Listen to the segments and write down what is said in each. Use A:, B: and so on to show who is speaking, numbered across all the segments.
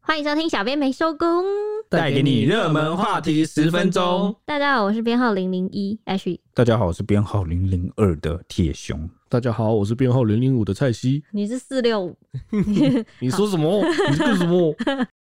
A: 欢迎收听《小编没收工》，
B: 带给你热门话题十分钟。
C: 哦
A: 大家好，我是编号零零一 Ashley。
B: 大家好，我是编号零零二的铁熊。
C: 大家好，我是编号零零五的蔡西。
A: 你是四六五。
C: 你说什 么？你是干什么？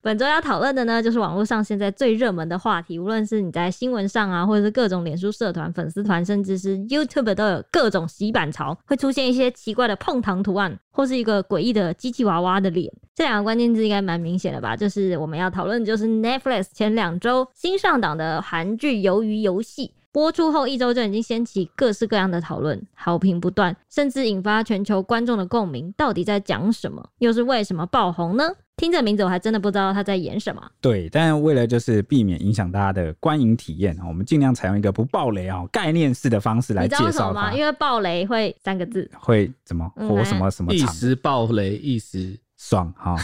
A: 本周要讨论的呢，就是网络上现在最热门的话题，无论是你在新闻上啊，或者是各种脸书社团、粉丝团，甚至是 YouTube 都有各种洗版潮，会出现一些奇怪的碰糖图案，或是一个诡异的机器娃娃的脸。这两个关键字应该蛮明显的吧？就是我们要讨论的就是 Netflix 前两周新上档的韩剧《鱿鱼游戏》。播出后一周就已经掀起各式各样的讨论，好评不断，甚至引发全球观众的共鸣。到底在讲什么？又是为什么爆红呢？听这名字，我还真的不知道他在演什么。
B: 对，但为了就是避免影响大家的观影体验，我们尽量采用一个不爆雷啊、概念式的方式来
A: 你知道
B: 介
A: 为什么
B: 绍
A: 吗？
B: 它。
A: 因为暴雷会三个字，
B: 会怎么
A: 嗯
B: 火什么什么
C: 一
B: 场
C: 时爆雷，一时
B: 爽哈。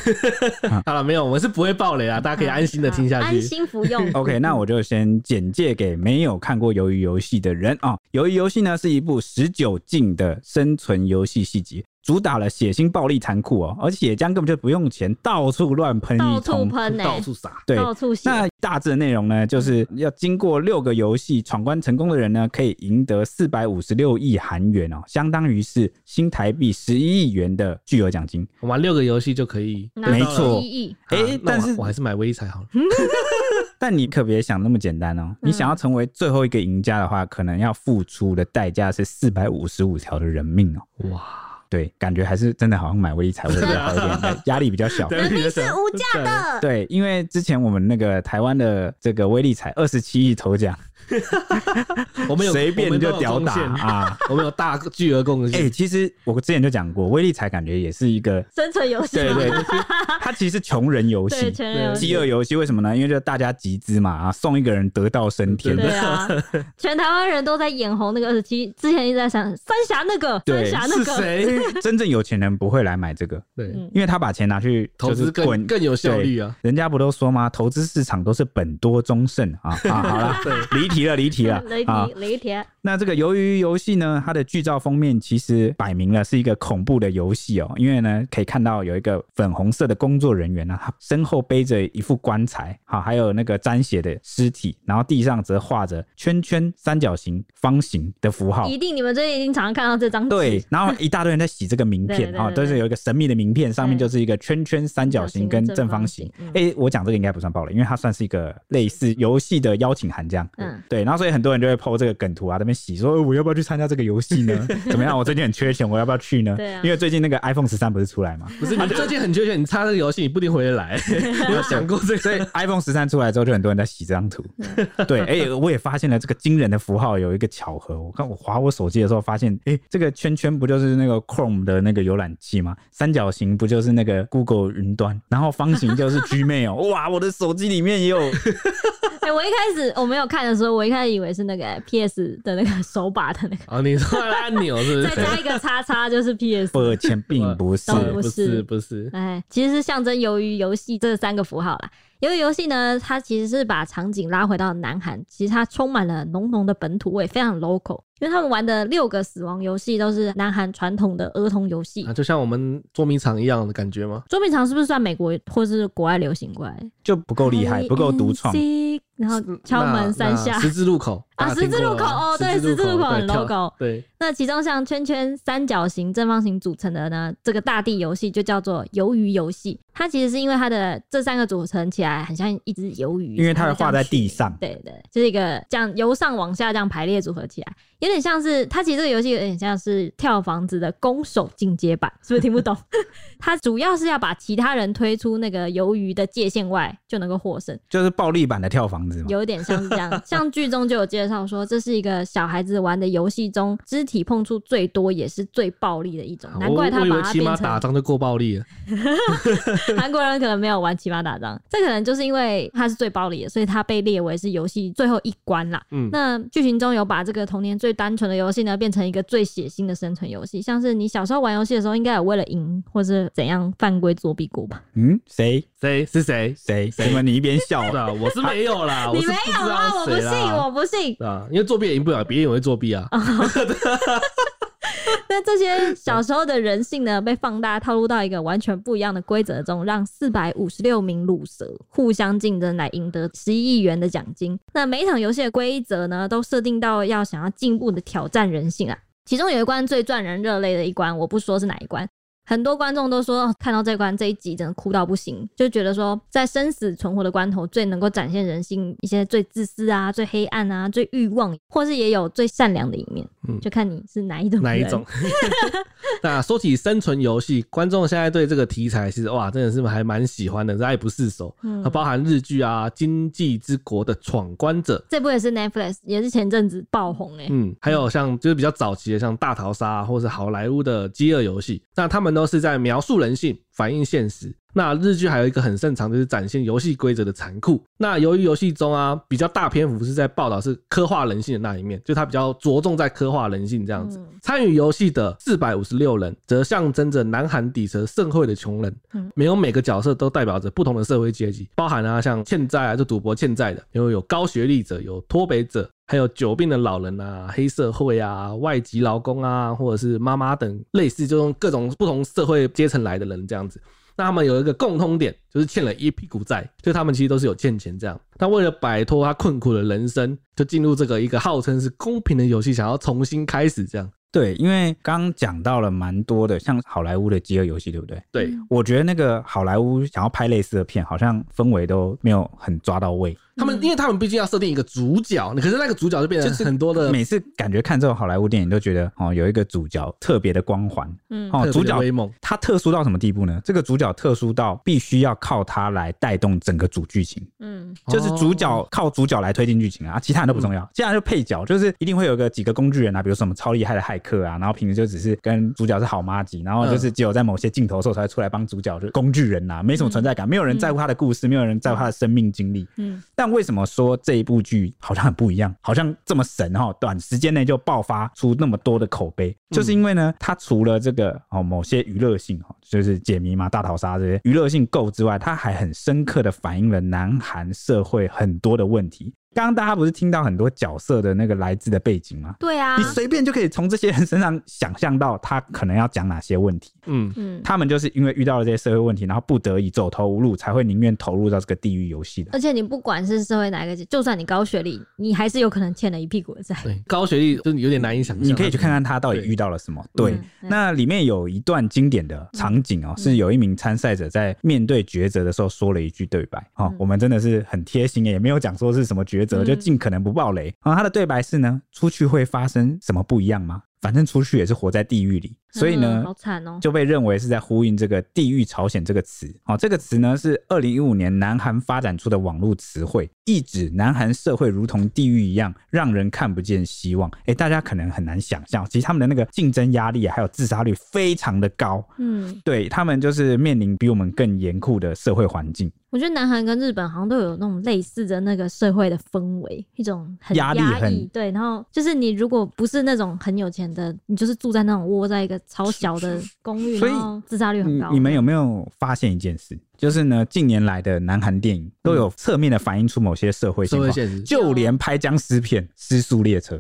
C: 好了，没有，我们是不会爆雷啊啊，大家可以安心的听下
A: 安
C: 去。
A: 心服用
B: OK，那 我就先简介给没有看过《鱿鱼游戏》的人啊。鱿鱼游戏》呢是一部十九禁的生存游戏细节，主打了血腥、暴力、残酷哦，而且将根本就不用钱，到处乱喷
A: 到
B: 一
A: 处
B: 通。
A: 喷欸呢、
C: 到处撒，
B: 对，
A: 到处写。
B: 那大致的内容呢，就是
C: 嗯
B: 要经过六个游戏闯关成功的人呢，可以赢得四百五十六亿韩元哦，相当于是新台币十一亿元的巨额奖金。
C: 我玩六个游戏就可以。
A: 拿
B: 没错
A: 记忆
C: 哎、
B: 诶
C: 那
B: 但
C: 我
B: 是
C: 我还是买微彩好了。
B: 但你可别想那么简单
C: 嗯
B: 哦，你想要成为最后一个赢家的话，可能要付出的代价是四百五十五条的人命哦。
C: 哇，
B: 对，感觉还是真的好像买微彩会比较好一 点，对压力比较小。
A: 人民是无价的。
B: 对，因为之前我们那个台湾的这个威力彩二十七亿头奖，
C: 我们有
B: 随便就屌打，
C: 我们都有贡献
B: 啊！
C: 我们有大巨额贡
B: 哎、
C: 献。
B: 其实我之前就讲过，威力彩感觉也是一个，
A: 生存游戏
B: 对
A: 吗，
B: 对，就是它其实是穷人游
A: 对，
B: 戏，
A: 全人游戏。
B: 饥饿游戏，为什么呢？因为就大家集资嘛，啊，送一个人得道升天，
C: 对
A: 对啊，全台湾人都在眼红那个二十七，之前一直在想三峡那个，三
B: 对
A: 峡那
C: 是
A: 个，
C: 谁？
B: 哎真正有钱人不会来买这个，
C: 对，
A: 嗯
B: 因为他把钱拿去
C: 投
B: 就是
C: 资
B: 滚
C: 更更有效率啊。
B: 人家不都说吗？投资市场都是本多忠胜啊啊！好了，离题了，离题了
A: 雷
B: 啊
A: 霆！雷霆，
B: 那这个鱿鱼游戏呢，它的剧照封面其实摆明了是一个恐怖的游戏哦，因为呢可以看到有一个粉红色的工作人员呢、他身后背着一副棺材，好、还有那个沾血的尸体，然后地上则画着圈圈、三角形、方形的符号
A: 一。定你们最近经常看到这张纸
B: 对，然后一大堆人在洗这个名
A: 对
B: 片
A: 对
B: 啊，
A: 对
B: 都
A: 对
B: 是有一个神秘的名片，上面
A: 对
B: 就是一个圈圈、三角形跟正方形。
A: 嗯
B: 诶，我讲这个应该不算暴雷，因为它算是一个类似游戏的邀请函这样。
A: 嗯
B: 嗯，对，然后所以很多人就会 PO 这个梗图啊，在那边洗说、呃我要不要去参加这个游戏呢？ 怎么样？我最近很缺钱，我要不要去呢？
A: 对啊
B: 因为最近那个 iPhone 十三不是出来嘛？
C: 不是你最近很缺钱，你差这个游戏你不一定回得 来。你有想过这
B: 所以
C: 个？
B: iPhone 十三出来之后，就很多人在洗这张图。对，哎、我也发现了这个惊人的符号有一个巧合。我看我划我手机的时候，发现，哎、这个圈圈不就是那个 Chrome 的那个浏览器吗？三角形不就是那个 Google 云端？然后方形就是 Gmail。哇，我的手机里面也有
A: 哎、我一开始我没有看的时候，我一开始以为是那个欸 PS 的那个 手把的那个，
C: 哦，你说的按钮是不
A: 再
C: 是？
A: 加一个叉叉就是 PS。
B: 抱歉，并 不是。
A: 当然
C: 不是不是，
A: 哎，其实是象征鱿鱼游戏这三个符号啦。鱿鱼游戏呢，它其实是把场景拉回到南韩，其实它充满了浓浓的本土味，非常 local。因为他们玩的六个死亡游戏都是南韩传统的儿童游戏
B: 嗯
C: 啊，，就像我们捉迷藏一样的感觉吗？
A: 桌面长是不是算美国或是国外流行过来的？
B: 就不够厉害，不够独创。
A: INC 然后哦敲门三
C: 嗯那
A: 下
C: 那。十字路口
A: 啊
C: 大家听过
A: 十字路口哦对
C: 十
A: 十字路口很
C: 对跳
A: logo
C: 对，
A: 那其中像圈圈、三角形、正方形组成的呢，这个大地游戏就叫做鱿鱼游戏。它其实是因为它的这三个组成起来很像一只鱿鱼，
B: 因为它
A: 才会
B: 会画在地
A: 这样
B: 上
A: 取名对对，就是一个这样由上往下这样排列组合起来，有点像是它其实这个游戏有点像是跳房子的攻守进阶版，是不是听不懂？ 它主要是要把其他人推出那个鱿鱼的界限外，就能够获胜。
B: 就是暴力版的跳房子嘛。
A: 有点像是这样。 像剧中就有介绍说，这是一个小孩子玩的游戏中肢体碰触最多也是最暴力的一种，难怪
C: 我
A: 他
C: 我以
A: 把
C: 为
A: 它
C: 骑马
A: 变
C: 打
A: 成
C: 仗就够暴力了，
A: 韩国人可能没有玩骑马打仗，这可能就是因为它是最暴力的，所以它被列为是游戏最后一关啦。
C: 嗯，
A: 那剧情中有把这个童年最单纯的游戏呢，变成一个最血腥的生存游戏，像是你小时候玩游戏的时候，应该有为了赢或是怎样犯规作弊过吧？
B: 嗯，谁
C: 谁是谁？
B: 谁？怎么你一边笑
C: 是？啊，我是没有啦，
A: 你
C: 我是
A: 没
C: 不
A: 有
C: 知
A: 吗？
C: 道
A: 我不
C: 谁
A: 信，
C: 啦
A: 我不信。
C: 啊，因为作弊也赢不了，别人也会作弊啊，
A: 那这些小时候的人性呢，被放大套入到一个完全不一样的规则中，让四百五十六名卤蛇互相竞争来赢得十一亿元的奖金。那每一场游戏的规则呢，都设定到要想要进步的挑战人性啊。其中有一关最赚人热泪的一关，我不说是哪一关，很多观众都说哦看到这关这一集真的哭到不行，就觉得说在生死存活的关头，最能够展现人性一些最自私啊、最黑暗啊、最欲望，或是也有最善良的一面，
C: 嗯
A: 就看你是哪一种
C: 哪一
A: 人
C: 种？ 那说起生存游戏，观众现在对这个题材其实哇，真的是还蛮喜欢的，是爱不释手。
A: 嗯
C: 它包含日剧啊，《经济之国的闯关者》，
A: 这部也是 Netflix，也是前阵子爆红哎、
C: 嗯，还有像就是比较早期的，像大逃杀、啊、或是好莱坞的饥饿游戏，那他们都是在描述人性，反映现实。那日剧还有一个很擅长就是展现游戏规则的残酷。那由于游戏中啊比较大篇幅是在报道是刻画人性的那一面，就它比较着重在刻画人性这样子。
A: 嗯
C: 参与游戏的四百五十六人，则象征着南韩底层社会的穷人
A: 嗯。
C: 没有每个角色都代表着不同的社会阶级，包含啊像欠债啊，就赌博欠债的，因为有高学历者，有脱北者，还有久病的老人啊，黑社会啊，外籍劳工啊，或者是妈妈等类似这种各种不同社会阶层来的人这样子。那他们有一个共通点，就是欠了一屁股债，就他们其实都是有欠钱这样。那为了摆脱他困苦的人生，就进入这个一个号称是公平的游戏，想要重新开始这样。
B: 对，因为刚刚讲到了蛮多的，像好莱坞的饥饿游戏，对不对？
C: 对，
B: 我觉得那个好莱坞想要拍类似的片，好像氛围都没有很抓到位，
C: 他们，因为他们毕竟要设定一个主角，可是那个主角就变成很多的
B: 每次感觉看这种好莱坞电影都觉得哦，有一个主角特别的光环
A: 嗯
C: 特
B: 哦，
C: 别的
B: 主角
C: 威猛，
B: 他特殊到什么地步呢？这个主角特殊到必须要靠他来带动整个主剧情，
A: 嗯
B: 就是主
C: 哦
B: 角靠主角来推进剧情啊，其他人都不重要。接下来就配角，就是一定会有个几个工具人啊，比如什么超厉害的骇客啊，然后平时就只是跟主角是好妈吉，然后就是只有在某些镜头的时候才会出来帮主角，就是工具人呐、啊，没什么存在感，没有人在乎他的故事，没有人在乎他的生命经历。
A: 嗯，
B: 但为什么说这一部剧好像很不一样，好像这么神哈、短时间内就爆发出那么多的口碑，就是因为呢，它除了这个哦某些娱乐性哦，就是解谜嘛、大逃杀这些娱乐性够之外，它还很深刻的反映了南韩社会很多的问题。刚刚大家不是听到很多角色的那个来自的背景吗？
A: 对啊
B: 你，随便就可以从这些人身上想象到他可能要讲哪些问题。
C: 嗯，
A: 嗯，
B: 他们就是因为遇到了这些社会问题，然后不得已走投无路，才会宁愿投入到这个地狱游戏的。
A: 而且你不管是社会哪一个阶，就算你高学历，你还是有可能欠了一屁股的债。
C: 对，高学历就是有点难以想象。
B: 你可以去看看他到底
C: 对
B: 遇到了什么。对，
A: 嗯对嗯
B: 那里面有一段经典的场景哦，是有一名参赛者在面对抉择的时候说了一句对白哦
A: 嗯，
B: 我们真的是很贴心耶，也没有讲说是什么抉
A: 嗯
B: 择，就尽可能不爆雷。然后他的对白是呢，出去会发生什么不一样吗？反正出去也是活在地狱里，所以呢
A: 嗯，好惨哦，
B: 就被认为是在呼应这个“地狱朝鲜”这个词。哦，这个词呢是二零一五年南韩发展出的网络词汇，意指南韩社会如同地狱一样，让人看不见希望。诶，大家可能很难想象，其实他们的那个竞争压力啊还有自杀率非常的高。
A: 嗯，
B: 对他们就是面临比我们更严酷的社会环境，
A: 我觉得南韩跟日本好像都有那种类似的那个社会的氛围，一种很
B: 压力很
A: 抑，对，然后就是你如果不是那种很有钱的，你就是住在那种窝在一个超小的公寓，
B: 所以
A: 然后自杀率很
B: 你
A: 高。
B: 嗯你们有没有发现一件事？就是呢，近年来的南韩电影都有侧面的反映出某些社会现
C: 社
B: 况
C: 会，现实，
B: 就连拍僵 尸片《失速列车》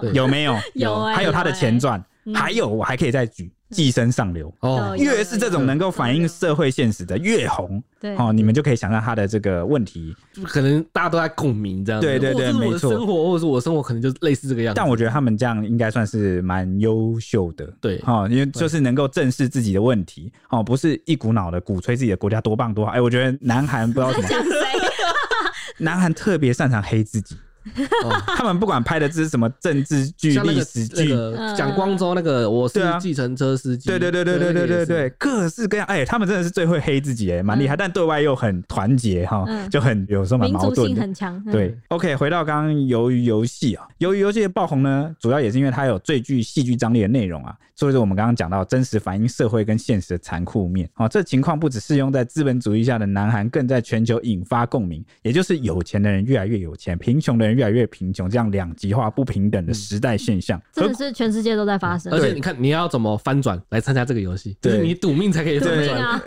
C: 对
B: 有没有？
A: 有欸
B: 还有它的
A: 有欸
B: 前传，
A: 嗯
B: 还有我还可以再举《寄生上流》。
C: 哦
A: 有，
B: 越是这种能够反映社会现实的越红
A: 对嗯
B: 哦，你们就可以想象它的这个问题。
C: 就可能大家都在共鸣这样子。
B: 对对对
C: 哦这是我
B: 没
C: 的
B: 错
C: 生活或者是我的生活可能就类似这个样子。
B: 但我觉得他们这样应该算是蛮优秀的，
C: 对
B: 哦，因为就是能够正视自己的问题哦，不是一股脑的鼓吹自己的国家多棒多好。哎，我觉得南韩不知道怎么，
A: 讲谁？
B: 南韩特别擅长黑自己，
C: 哦
B: 他们不管拍的这是什么政治剧、
C: 像那
B: 历
C: 个
B: 史
C: 那
B: 剧，
A: 嗯
C: 个蒋光州那个我是
B: 对啊
C: 计程车司机，
B: 对对对对对
C: 那
B: 对对
C: 个也
B: 对
C: 是，，
B: 各式各样，哎、他们真的是最会黑自己、哎，蛮厉害，但对外又很团结哈，
A: 嗯
B: 就很有时候蛮
A: 民
B: 矛
A: 族
B: 盾
A: 性
B: 的。
A: 很强。嗯
B: 对，OK，回到刚刚鱿鱼游戏啊，鱿鱼游戏的爆红呢，主要也是因为它有最具戏剧张力的内容啊，所以说我们刚刚讲到真实反映社会跟现实的残酷面啊、哦，这情况不只适用在资本主义下的南韩，更在全球引发共鸣，也就是有钱的人越来越有钱，贫穷的人越来越贫穷，这样两极化、不平
A: 嗯
B: 等的时代现象。
A: 真
B: 何
A: 的是全世界都在发生
C: 而，且
B: 嗯对
C: 你看，你要怎么翻转来参加这个游戏？就是
B: 对
C: 你赌命才可以
A: 赌
C: 翻
A: 命
C: 转。
A: 啊，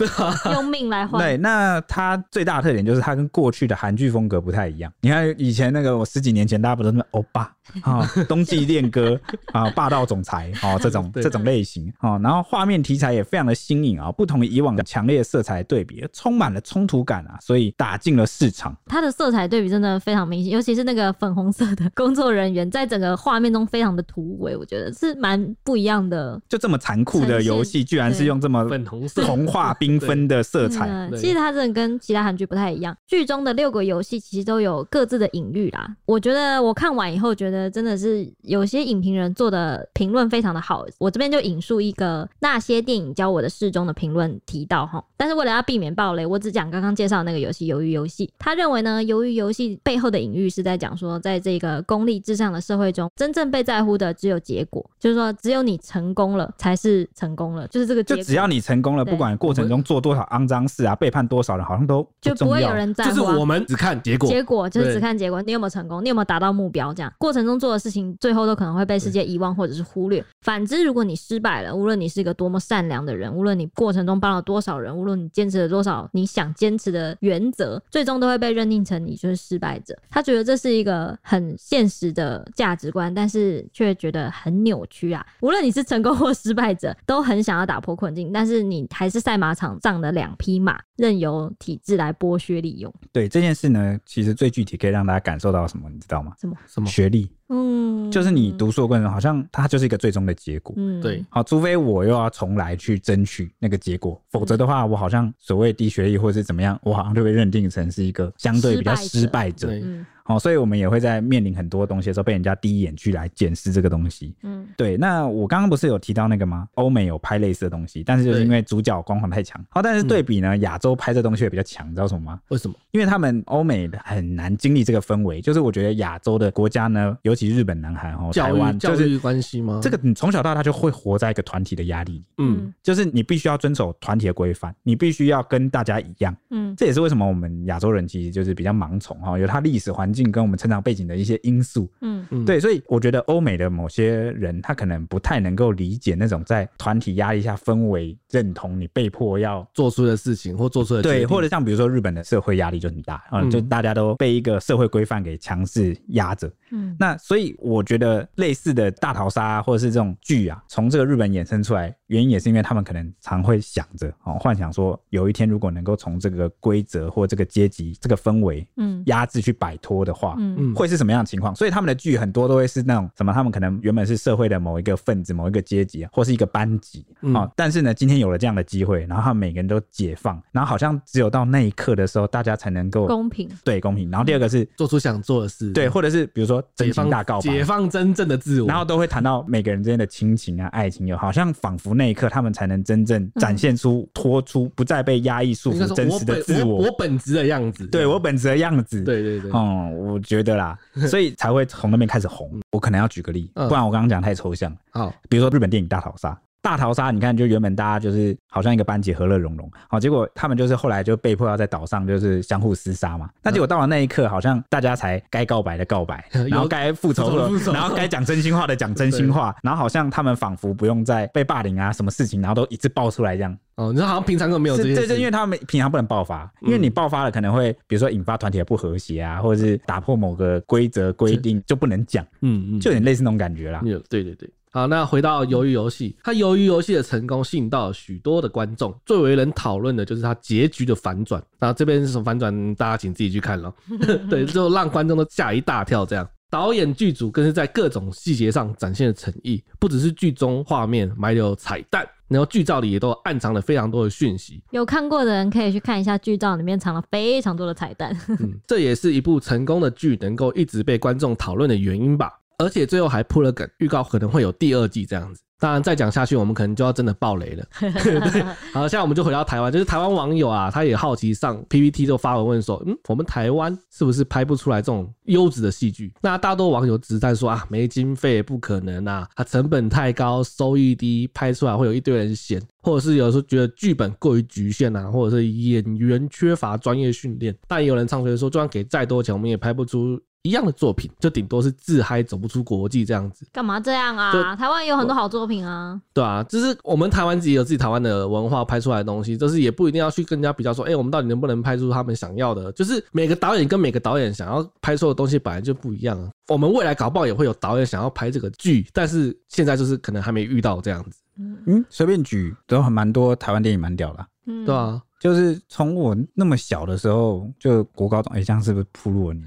A: 用命来换
B: 对，，那它最大的特点就是它跟过去的韩剧风格不太一样。你看以前那个，我十几年前大家不都是那欧巴啊、 冬季恋歌啊、霸道总裁啊、这种
C: 对
B: 这种类型啊、然后画面题材也非常的新颖啊、不同于以往的强烈色彩对比，充满了冲突感啊，所以打进了市场。
A: 它的色彩对比真的非常明显，尤其是那个粉红色的工作人员，在整个画面中非常的突兀，我觉得是蛮不一样的。
B: 就这么残酷的游戏，居然是用这么
C: 粉红色
B: 童话缤纷的色彩。
A: 嗯，
C: 对
A: 其实它真的跟其他韩剧不太一样。剧中的六个游戏其实都有各自的隐喻啦。我觉得我看完以后，觉得真的是有些影评人做的评论非常的好。我这边就引述一个那些电影教我的事中的评论提到哈，但是为了要避免暴雷，我只讲刚刚介绍的那个游戏《鱿鱼游戏》。他认为呢，《鱿鱼游戏》背后的隐喻是在讲说，在这个功利至上的社会中，真正被在乎的只有结果，就是说只有你成功了才是成功了，就是这个结
B: 就
A: 果
B: 只要你成功了，
A: 对
B: 不管过程中做多少肮脏事啊，背叛多少人，好像都
A: 就不
B: 重
A: 会
B: 要
A: 有。人在乎、
C: 就
A: 啊。
C: 是我们只看结果，
A: 结果就是
C: 对
A: 只看结果，你有没有成功，你有没有达到目标，这样过程中做的事情，最后都可能会被世界遗忘或者是忽略。反之，如果你失败了，无论你是一个多么善良的人，无论你过程中帮了多少人，无论你坚持了多少你想坚持的原则，最终都会被认定成你就是失败者。他觉得这是一个很现实的价值观，但是却觉得很扭曲啊。无论你是成功或失败者，都很想要打破困境，但是你还是赛马场上的两匹马，任由体制来剥削利用。
B: 对这件事呢，其实最具体可以让大家感受到什么，你知道吗？
A: 什么？
C: 什么
B: 学历，
A: 嗯，
B: 就是你读书的过程中，好像它就是一个最终的结果。
A: 嗯，
C: 对，
B: 好，除非我又要重来去争取那个结果，否则的话，我好像所谓低学历或者是怎么样，我好像就被认定成是一个相对比较失
A: 失败
B: 败者。
C: 对
A: 嗯
B: 好、所以我们也会在面临很多东西的时候，被人家第一眼去来检视这个东西。
A: 嗯，
B: 对，那我刚刚不是有提到那个吗？欧美有拍类似的东西，但是就是因为主角光环太强。好，但是
C: 嗯
B: 对比呢，亚洲拍这东西会比较强，你知道什么吗？
C: 为什么？
B: 因为他们欧美很难经历这个氛围，就是我觉得亚洲的国家呢，尤其日本、南韩哦，台
C: 教育
B: 湾，就
C: 教
B: 是
C: 育关系吗？
B: 这个你从小到大就会活在一个团体的压力里，
C: 嗯，
B: 就是你必须要遵守团体的规范，你必须要跟大家一样。
A: 嗯
B: 这也是为什么我们亚洲人其实就是比较盲从哈、哦，有它历史环境跟我们成长背景的一些因素，
A: 嗯
C: 嗯
B: 对，所以我觉得欧美的某些人，他可能不太能够理解那种在团体压力下氛围认同，你被迫要。
C: 做出的事情或做出的决
B: 对，
C: 定
B: 或者像比如说日本的社会压力就很大，嗯，
C: 嗯
B: 就大家都被一个社会规范给强制压着。
A: 嗯，
B: 那所以我觉得类似的大逃杀、啊、或者是这种剧啊，从这个日本衍生出来，原因也是因为他们可能常会想着哦，幻想说有一天如果能够从这个规则或这个阶级、这个氛围
A: 嗯
B: 压制去摆脱的话，
A: 嗯
C: 嗯
B: 会是什么样的情况？所以他们的剧很多都会是那种什么，他们可能原本是社会的某一个分子、某一个阶级啊，或是一个班级啊、
C: 嗯
B: 哦但是呢，今天有了这样的机会，然后他们每个人都解放，然后好像只有到那一刻的时候，大家才能够
A: 公平，
B: 对公平。然后第二个是、
C: 做出想做的事，
B: 对，，或者是比如说真
C: 解
B: 情
C: 放
B: 大告白，
C: 解放真正的自我，
B: 然后都会谈到每个人之间的亲情啊、爱情，有好像仿佛那一刻他们才能真正展现出、脱出不再被压抑束
C: 嗯应该
B: 缚
C: 说
B: 真
C: 我
B: 实的
C: 本
B: 自
C: 我，我本质的样子，
B: 对我本质的样子。
C: 对对对，
B: 嗯，我觉 得啦，所以才会从那边开始红。我可能要举个例，
C: 嗯
B: 不然我刚刚讲太抽象了。
C: 好，
B: 比如说日本电影《大逃杀》，《大逃杀》你看，就原本大家就是好像一个班级和乐融融，好、结果他们就是后来就被迫要在岛上就是相互厮杀嘛。那结果到了那一刻，好像大家才该告白的告 白，
C: 有
B: 然后该复仇了
C: 复仇，
B: 然后该讲真心话的讲真 心话，然后好像他们仿佛不用再被霸凌啊什么事情，然后都一次爆出来这样。
C: 哦，你说好像平常根本没有这
B: 是
C: 些
B: 对
C: 事，
B: 对，因为他们平常不能爆发，因为你爆发了可能会，比如说引发团体的不和谐啊，或者是打破某个规则规定就不能讲，
C: 嗯嗯，
B: 就有点类似那种感觉啦。
C: 有对对对。好，那回到鱿鱼游戏，它鱿鱼游戏的成功吸引到了许多的观众，最为人讨论的就是它结局的反转。那这边是什么反转，大家请自己去看咯。 对，就让观众都吓一大跳。这样，导演剧组更是在各种细节上展现了诚意，不只是剧中画面埋有彩蛋，然后剧照里也都暗藏了非常多的讯息。
A: 有看过的人可以去看一下剧照，里面藏了非常多的彩蛋。
C: 嗯，这也是一部成功的剧能够一直被观众讨论的原因吧。而且最后还铺了梗，预告可能会有第二季这样子。当然，再讲下去，我们可能就要真的爆雷了。对，好，现在我们就回到台湾，就是台湾网友啊，他也好奇上 PPT 就发文问说，嗯，我们台湾是不是拍不出来这种优质的戏剧？那大多网友直赞说啊，没经费不可能啊，啊成本太高，收益低，拍出来会有一堆人嫌，或者是有时候觉得剧本过于局限啊，或者是演员缺乏专业训练。但也有人唱衰说，就算给再多钱，我们也拍不出一样的作品，就顶多是自嗨走不出国际这样子，
A: 干嘛这样啊？
C: 就
A: 台湾有很多好作品啊，
C: 对啊，就是我们台湾自己有自己台湾的文化拍出来的东西，就是也不一定要去跟人家比较说，哎、我们到底能不能拍出他们想要的？就是每个导演跟每个导演想要拍出的东西本来就不一样啊。我们未来搞不好也会有导演想要拍这个剧，但是现在就是可能还没遇到这样子，
B: 嗯，随便举都很蛮多台湾电影蛮屌的啊、
A: 嗯，
C: 对啊，
B: 就是从我那么小的时候，就国高中，哎、这样是不是铺 路了你？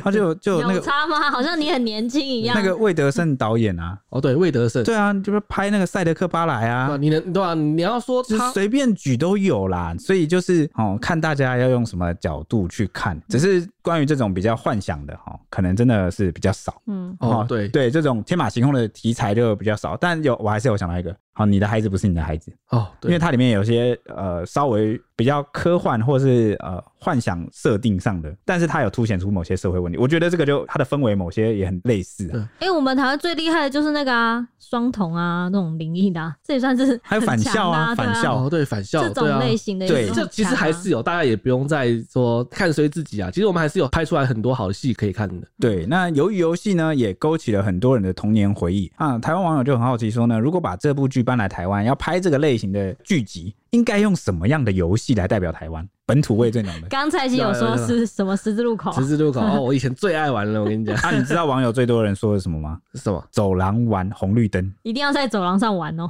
B: 他就就啊那
A: 有
B: 个
A: 差吗？ 好像你很年轻一样。
B: 那个魏德圣导演啊，
C: 哦，对，魏德胜，
B: 对啊，就是拍那个《赛德克巴莱》
C: 啊，
B: 啊，
C: 你能对啊，你要说
B: 就是
C: 他
B: 随便举都有啦。所以就是哦，看大家要用什么角度去看，只是关于这种比较幻想的哈、哦，可能真的是比较少。
A: 嗯，
C: 哦，对
B: 对，这种天马行空的题材就比较少，但有我还是有想到一个，好，你的孩子不是你的孩子，
C: 哦，
B: 因为
C: 对，
B: 它里面有些呃稍微比较科幻或是呃幻想设定上的，但是它有凸显出某些社会问题。我觉得这个就它的氛围某些也很类似、啊，
C: 对
A: 哎、我们台湾最厉害的就是那个啊，双瞳啊，那种灵异的、啊，这也算是
B: 还有
A: 很
B: 返
A: 强
B: 校啊
A: 啊，对
B: 返校
C: 哦，对，返校，
A: 这
C: 对
A: 种
C: 啊。
A: 类型的
B: 对
A: 也很
C: 这其实
A: 强啊
C: 还是有，大家也不用再说看衰自己啊。其实我们还是有拍出来很多好戏可以看的。
B: 对，那由于游戏呢，也勾起了很多人的童年回忆啊。台湾网友就很好奇说呢，如果把这部剧搬来台湾，要拍这个类型的剧集，应该用什么样的游戏来代表台湾本土味最浓 的？
A: 刚才已经有
C: 有
A: 说
C: 有有
A: 是什么十字路口啊，
C: 十字路口哦，我以前最爱玩了，我跟你讲
B: 啊，你知道网友最多人说的是什么吗？
C: 是什么？
B: 走廊玩红绿灯，
A: 一定要在走廊上玩哦。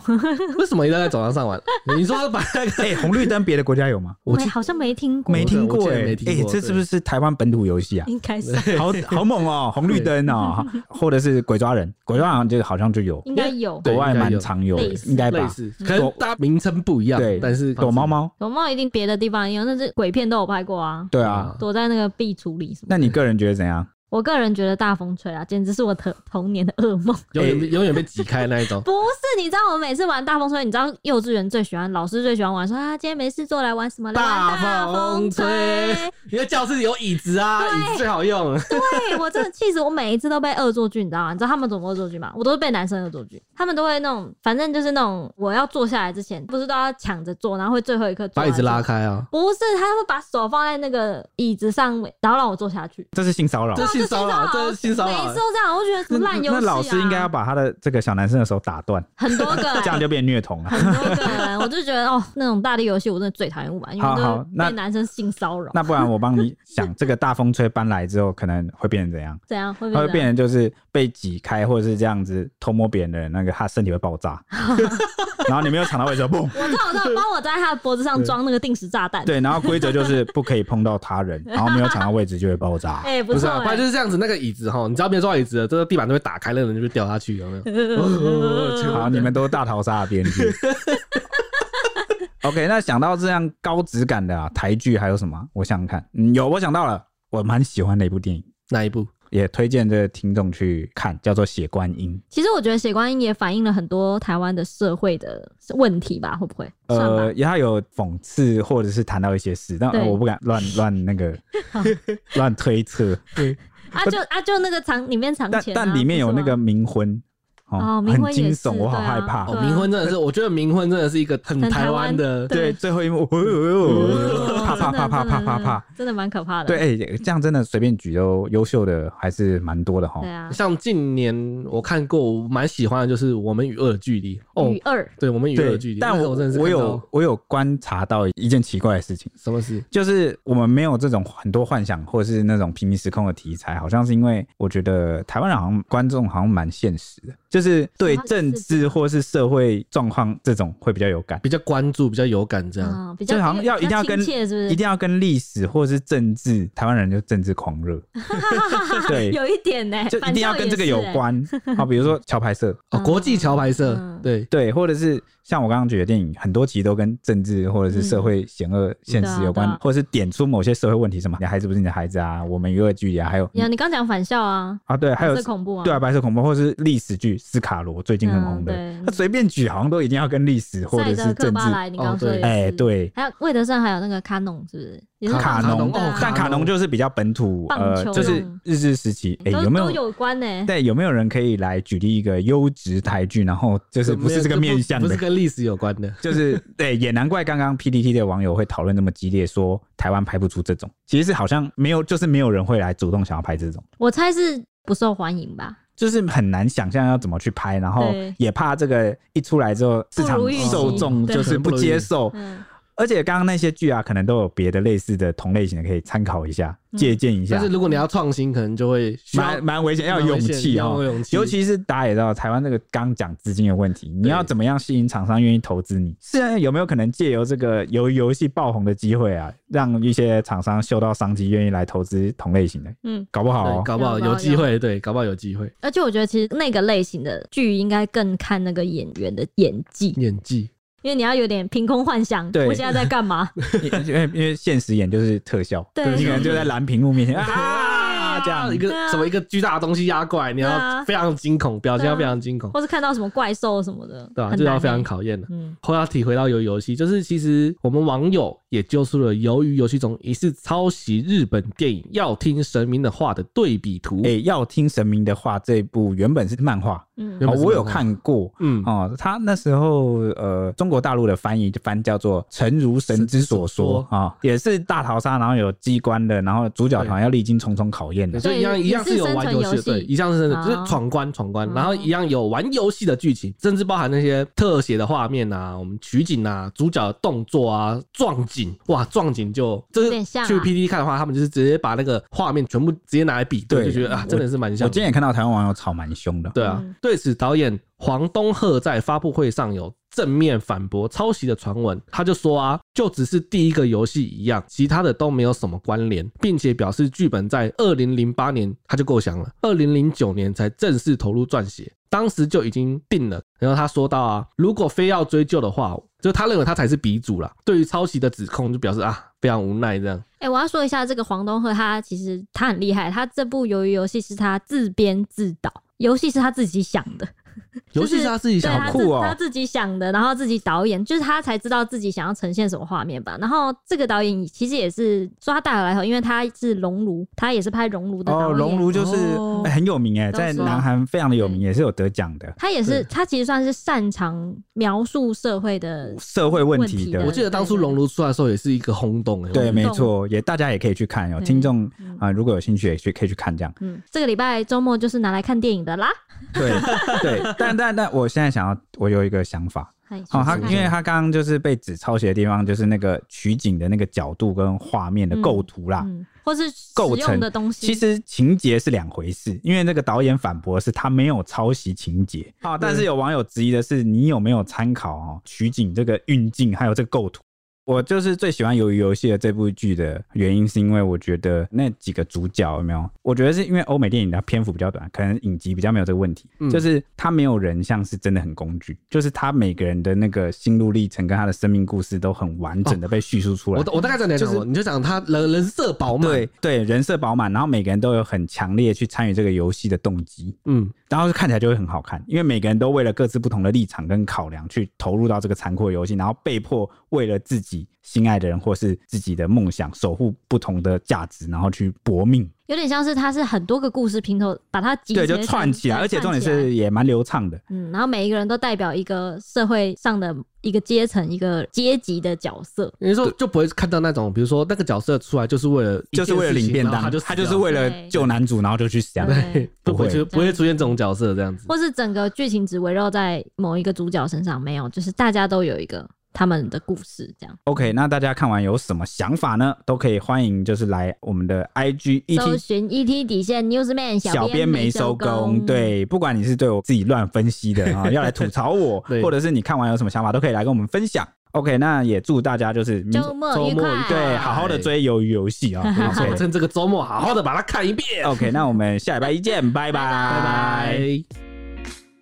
C: 为什么一定要在走廊上玩？你说把那个
B: 哎、红绿灯别的国家有吗？
C: 我
A: 没
C: 记
A: 哎好像没听过，
B: 没听
C: 我
B: 过
C: 记得
B: 哎、
C: 没
B: 欸，
C: 听过
B: 这是不是台湾本土游戏啊？
A: 应该 是
B: 好好猛哦，红绿灯哦，或者是鬼抓人，鬼抓人好像就好像就有，
A: 应该有。
C: 对
B: 国外
C: 应该
B: 蛮
C: 有
B: 常有的
A: 类，似
B: 应该
C: 类
B: 吧？
C: 似，可能
B: 躲
C: 大家名称不一样，
B: 对，
C: 但是
B: 躲猫猫，
A: 有猫一定别的地方也有，那是鬼片都有拍过啊，
B: 对
C: 啊
B: 啊。
A: 躲在那个壁橱里什么。
B: 那你个人觉得怎样？
A: 我个人觉得大风吹啊，简直是我童童年的噩梦。
C: 永远被永远被挤开那一种。
A: 不是，你知道我每次玩大风吹，你知道幼稚园最喜欢，老师最喜欢玩，说啊，今天没事做来玩什么？来玩
C: 大风
A: 风
C: 吹你的教室有椅子啊，椅子最好用。
A: 对 我真的气死，我每一次都被恶作剧，你知道吗？你知道他们怎么恶作剧吗？我都是被男生恶作剧，他们都会那种，反正就是那种我要坐下来之前，不是都要抢着坐，然后会最后一刻坐
C: 把椅子
A: 下来
C: 拉开啊，
A: 不是，他会把手放在那个椅子上面，然后让我坐下去。
B: 这是性骚扰
C: 这。是性骚扰，这是性骚
A: 每
C: 扰
A: 次。都这样，我就觉得什
B: 那
A: 啊么烂游戏、啊
B: 那老师应该要把他的这个小男生的手打断，
A: 很多个、
B: 这样就变虐童了。
A: 很多个人，我就觉得哦，那种大力游戏我真的最讨厌玩，因为
B: 好好
A: 都是
B: 那
A: 被男生性骚扰。
B: 那不然我帮你想，这个大风吹搬来之后，可能会变成怎样？
A: 怎样会
B: 他会
A: 变
B: 变成就是被挤开，或者是这样子偷摸别人的人，那个他身体会爆 炸，然后你没有抢到位置，嘣，
A: 我知道，我知道，帮我在他的脖子上装那个定时炸弹。，
B: 对，然后规则就是不可以碰到 他人，然后没有抢到位置就会爆炸。
A: 哎、不
C: 不是
A: 错、
C: 啊，不
A: 哎、
C: 然就是这样子。那个椅子哈，你只要没有抓到椅子了，这个地板都会打开，那个人就会掉下去，有没有？
B: 好，你们都大逃杀的编剧。OK，那想到这样高质感的、啊、台剧还有什么？我想想看，嗯，有我想到了，我蛮喜欢的一部电影，
C: 哪一部？
B: 也推荐这个听众去看，叫做《血观音
A: 其实我觉得血观音也反映了很多台湾的社会的问题吧，会不会？》。算吧
B: 呃，也它有讽刺或者是谈到一些事，但、呃
A: 对
B: 我不敢 乱乱那个 乱推测。
A: 啊就啊就那个藏里面藏
B: 但
A: 钱、啊，
B: 但里面有
A: 不是吗
B: 那个冥婚，
A: 哦冥
B: 很
A: 婚也
B: 惊
A: 是
B: 悚，我好
A: 对啊
B: 害怕。
C: 哦，
A: 对啊
C: 冥婚真的是，我觉得冥婚真的是一个很
A: 很台
C: 台
A: 湾
C: 湾的
A: 对
B: 对，最后一幕，
A: 哦
B: 啪啪啪啪啪啪啪。，
A: 真的真的真的真的蛮可怕的。
B: 对，哎、这样真的随便举都优秀的还是蛮多的哈
A: 对。啊，
C: 像近年我看过，我蛮喜欢的就是《我们与恶的距离》哦
A: 与，二
C: 对，《我们与恶的
B: 对
C: 距离》，
B: 但
C: 那时候
B: 我
C: 真的是
B: 我
C: 看到
B: 有我有观察到一件奇怪的事情，
C: 什么事？
B: 就是我们没有这种很多幻想或者是那种平行时空的题材，好像是因为我觉得台湾人好像观众好像蛮现实的，就是对
A: 好像是
B: 政治或是社会状况这种会比较有感，
C: 比较关注，比较有感这样。
A: 嗯，比较
B: 就哦好像要一定要跟
A: 比较亲切是不是？
B: 一定要跟历史或者是政治，台湾人就政治 狂热，对，
A: 有一点呢、
B: 就一定要跟这个有
A: 反校也是欸。
B: 关。好，比如说桥牌社，
C: 哦，国际桥牌社
A: 嗯，
C: 对，
B: 对，或者是像我刚刚举的电影，很多集都跟政治或者是社会险恶现实有关，
A: 嗯对啊对啊
B: 或者是点出某些社会问题，什么你的孩子不是你的孩子啊，我们娱乐剧啊，还有
A: 呀，你刚讲返校啊，
B: 啊，对，还有
A: 这恐怖啊，
B: 对啊，白色恐怖，或者是历史剧，斯卡罗最近很红的，
A: 嗯对
B: 他随便举好像都一定要跟历史或者
A: 赛德
B: 是
A: 克
B: 政治
A: 巴。莱，你刚刚说的
C: 哦
A: 也
C: 对
A: 是
B: 哎，，对，
A: 还有魏德胜，还有那个卡农，是不是？也是
B: 卡
A: 棒球
B: 农
A: 的啊
C: 哦
B: 但卡农就是比较本土，呃
A: 棒，球
B: 就是
A: 用
B: 日治时期。哎，
A: 都
B: 有没有
A: 都有关呢、
B: 对，有没有人可以来举例一个优质台剧，然后就是不是这个面向
C: 不
B: 的
C: 是？跟历史有关 的。
B: 就是对，也难怪刚刚 PPT 的网友会讨论那么激烈，说台湾拍不出这种，其实好像没有，就是没有人会来主动想要拍这种，
A: 我猜是不受欢迎吧？
B: 就是很难想象要怎么去拍，然后
A: 对
B: 也怕这个一出来之后市场
A: 不如预期
B: 受众
A: 对
B: 就是不接受，
A: 嗯，
B: 而且刚刚那些剧啊，可能都有别的类似的同类型的可以参考一下，
A: 嗯
B: 借鉴一下
C: 但是，如果你要创新，可能就会需要
B: 蛮蛮危险，要
C: 蛮
B: 有
C: 危
B: 勇
C: 险
B: 气
C: 要
B: 哦
C: 有。勇气，
B: 尤其是大家也知道，台湾这个刚讲资金的问题，你要怎么样吸引厂商愿意投资你？是啊，有没有可能借由这个由游戏爆红的机会啊，让一些厂商嗅到商机，愿意来投资同类型的？
A: 嗯，
B: 搞不好
C: 对
B: 哦、
C: 搞不好
A: 搞不好
C: 有机会，对，搞不好有机会。
A: 而且我觉得其实那个类型的剧应该更看那个演员的演技，
C: 演技
A: 因为你要有点凭空幻想，
B: 对
A: 我现在在干嘛？
B: 因为因为现实演就是特效，
A: 对
B: 你可能就在蓝屏幕面前啊，这
C: 啊，
B: 样
C: 一个
A: 对啊
C: 什么一个巨大的东西压过来，你
A: 对
C: 要
A: 啊
C: 非常惊恐，表情要
A: 对啊
C: 非常惊恐，
A: 或是看到什么怪兽什么的，
C: 对吧？
A: 很
C: 这
A: 难
C: 要非常
A: 欸
C: 考验的。
A: 嗯，
C: 话题回到鱿鱼游戏，就是其实我们网友也揪出了鱿鱼游戏中疑似抄袭日本电影《要听神明的话》的对比图。
B: 诶、哎要听神明的话，这部原本是漫画，
A: 嗯
C: 原本
B: 哦
C: 是漫画
B: 我有看过，
C: 嗯，
B: 哦，他那时候呃，中国大陆的翻译就翻叫做“诚如神之所说”啊、也是大逃杀，然后有机关的，然后主角团要历经重重考验的
C: 对，。所以一样
A: 对也是
C: 一样是有玩游戏
A: 生存
C: 的，
A: 游
C: 对，
A: 戏
C: 一样是生存，
A: 哦
C: 就是闯关闯关，
A: 哦
C: 然后一样有玩游戏的剧情，甚至包含那些特写的画面啊，我们取景啊，主角的动作啊，撞景，哇，撞景就就
A: 有
C: 是
A: 点像啊
C: 去 PPT 看的话，他们就是直接把那个画面全部直接拿来比对，就
B: 对
C: 觉得啊，真的是蛮
B: 我
C: 像
B: 今
C: 的。
B: 天也看到台湾网友吵蛮凶的，
C: 对啊
A: 嗯，
C: 对此导演黄东赫在发布会上有正面反驳抄袭的传闻，他就说啊，就只是第一个游戏一样，其他的都没有什么关联，并且表示剧本在二零零八年他就构想了，二零零九年才正式投入撰写，当时就已经定了。然后他说到啊，如果非要追究的话，就他认为他才是鼻祖啦。对于抄袭的指控，就表示啊非常无奈这样。
A: 哎、我要说一下这个黄东赫，他其实他很厉害，他这部《鱿鱼游戏》是他自编自导，游戏是他自己想的，
C: 游戏是他自己
A: 对
C: 想
A: 他
C: 的，
A: 自
B: 酷哦
A: 他自己想的，然后自己导演，就是他才知道自己想要呈现什么画面吧。然后这个导演其实也是说他大有来头，因为他是《熔炉》，他也是拍《熔炉》的导
B: 哦，
A: 演。
B: 熔炉就是、
C: 哦
B: 哎很有名哎，
A: 都
B: 在
A: 说
B: 南韩非常的有名，
A: 对
B: 也是有得奖的
A: 他也
C: 对
A: 是，他其实算是擅长描述社会的，
C: 哦
B: 社会问
A: 问
B: 题
A: 题
B: 的。
A: 的
C: 我记得当初《熔炉》出来的时候也是一个轰动、欸，
B: 对，
A: 运
B: 没
A: 动
B: 错，也大家也可以去看哦。
A: 对
B: 听众
A: 嗯
B: 啊、如果有兴趣也去可以去看这样。
A: 嗯，这个礼拜周末就是拿来看电影的啦。
B: 对对，但但但我现在想要，我有一个想法，
A: 嗨
B: 哦，他
A: 说说
B: 因为他刚刚就是被指抄袭的地方，就是那个取景的那个角度跟画面的构图啦。
A: 嗯，或是使
B: 构成
A: 用的东西，
B: 其实情节是两回事，因为那个导演反驳是他没有抄袭情节啊、哦，但是有网友质疑的是你有没有参考哦取景这个运镜还有这个构图。我就是最喜欢《鱿鱼游戏》的这部剧的原因，是因为我觉得那几个主角有没有？我觉得是因为欧美电影的篇幅比较短，可能影集比较没有这个问题，
C: 嗯
B: 就是他没有人像是真的很工具，就是他每个人的那个心路历程跟他的生命故事都很完整的被叙述出来。
C: 哦我我大概知道你在讲什么，你就讲他人人设饱满，
B: 对对，人设饱满，然后每个人都有很强烈去参与这个游戏的动机，
C: 嗯，
B: 然后就看起来就会很好看，因为每个人都为了各自不同的立场跟考量去投入到这个残酷的游戏，然后被迫为了自己心爱的人或是自己的梦想守护不同的价值，然后去搏命。
A: 有点像是它是很多个故事拼头，把它集
B: 对，
A: 结
B: 就
A: 成
B: 串起来，
A: 对
B: 而且重点
A: 串起来
B: 是也蛮流畅的。
A: 嗯，然后每一个人都代表一个社会上的一个阶层、一个阶级的角色。
C: 你说就不会看到那种，比如说那个角色出来就是为了一
B: 就
C: 件事情
B: 是为了领便
C: 然后
B: 当，
C: 他就
B: 他
C: 他
B: 就是为了
A: 对
B: 救男主，然后就去死啊！
A: 对
C: 对， 不会就
A: 不会
C: 不会出现这种角色这样子。
A: 或是整个剧情只围绕在某一个主角身上，没有，就是大家都有一个他们的故事，这样
B: OK，那大家看完有什么想法呢？都可以欢迎就是来我们的 IG 一 t
A: 搜寻 ET 底线 Newsman
B: 小
A: 编
B: 编没收
A: 收
B: 工，，对，不管你是对我自己乱分析 的啊，要来吐槽我
C: 对，
B: 或者是你看完有什么想法，都可以来跟我们分享。OK，那也祝大家就是明
A: 周末
C: 周
A: 愉
C: 末
A: 快，
B: 对好好的追鱿鱼游戏 啊。
C: 没错
B: OK
C: 趁这个周哎末好好的把它看一遍。
B: OK，那我们下礼拜一见，拜拜
A: 拜
C: 拜拜。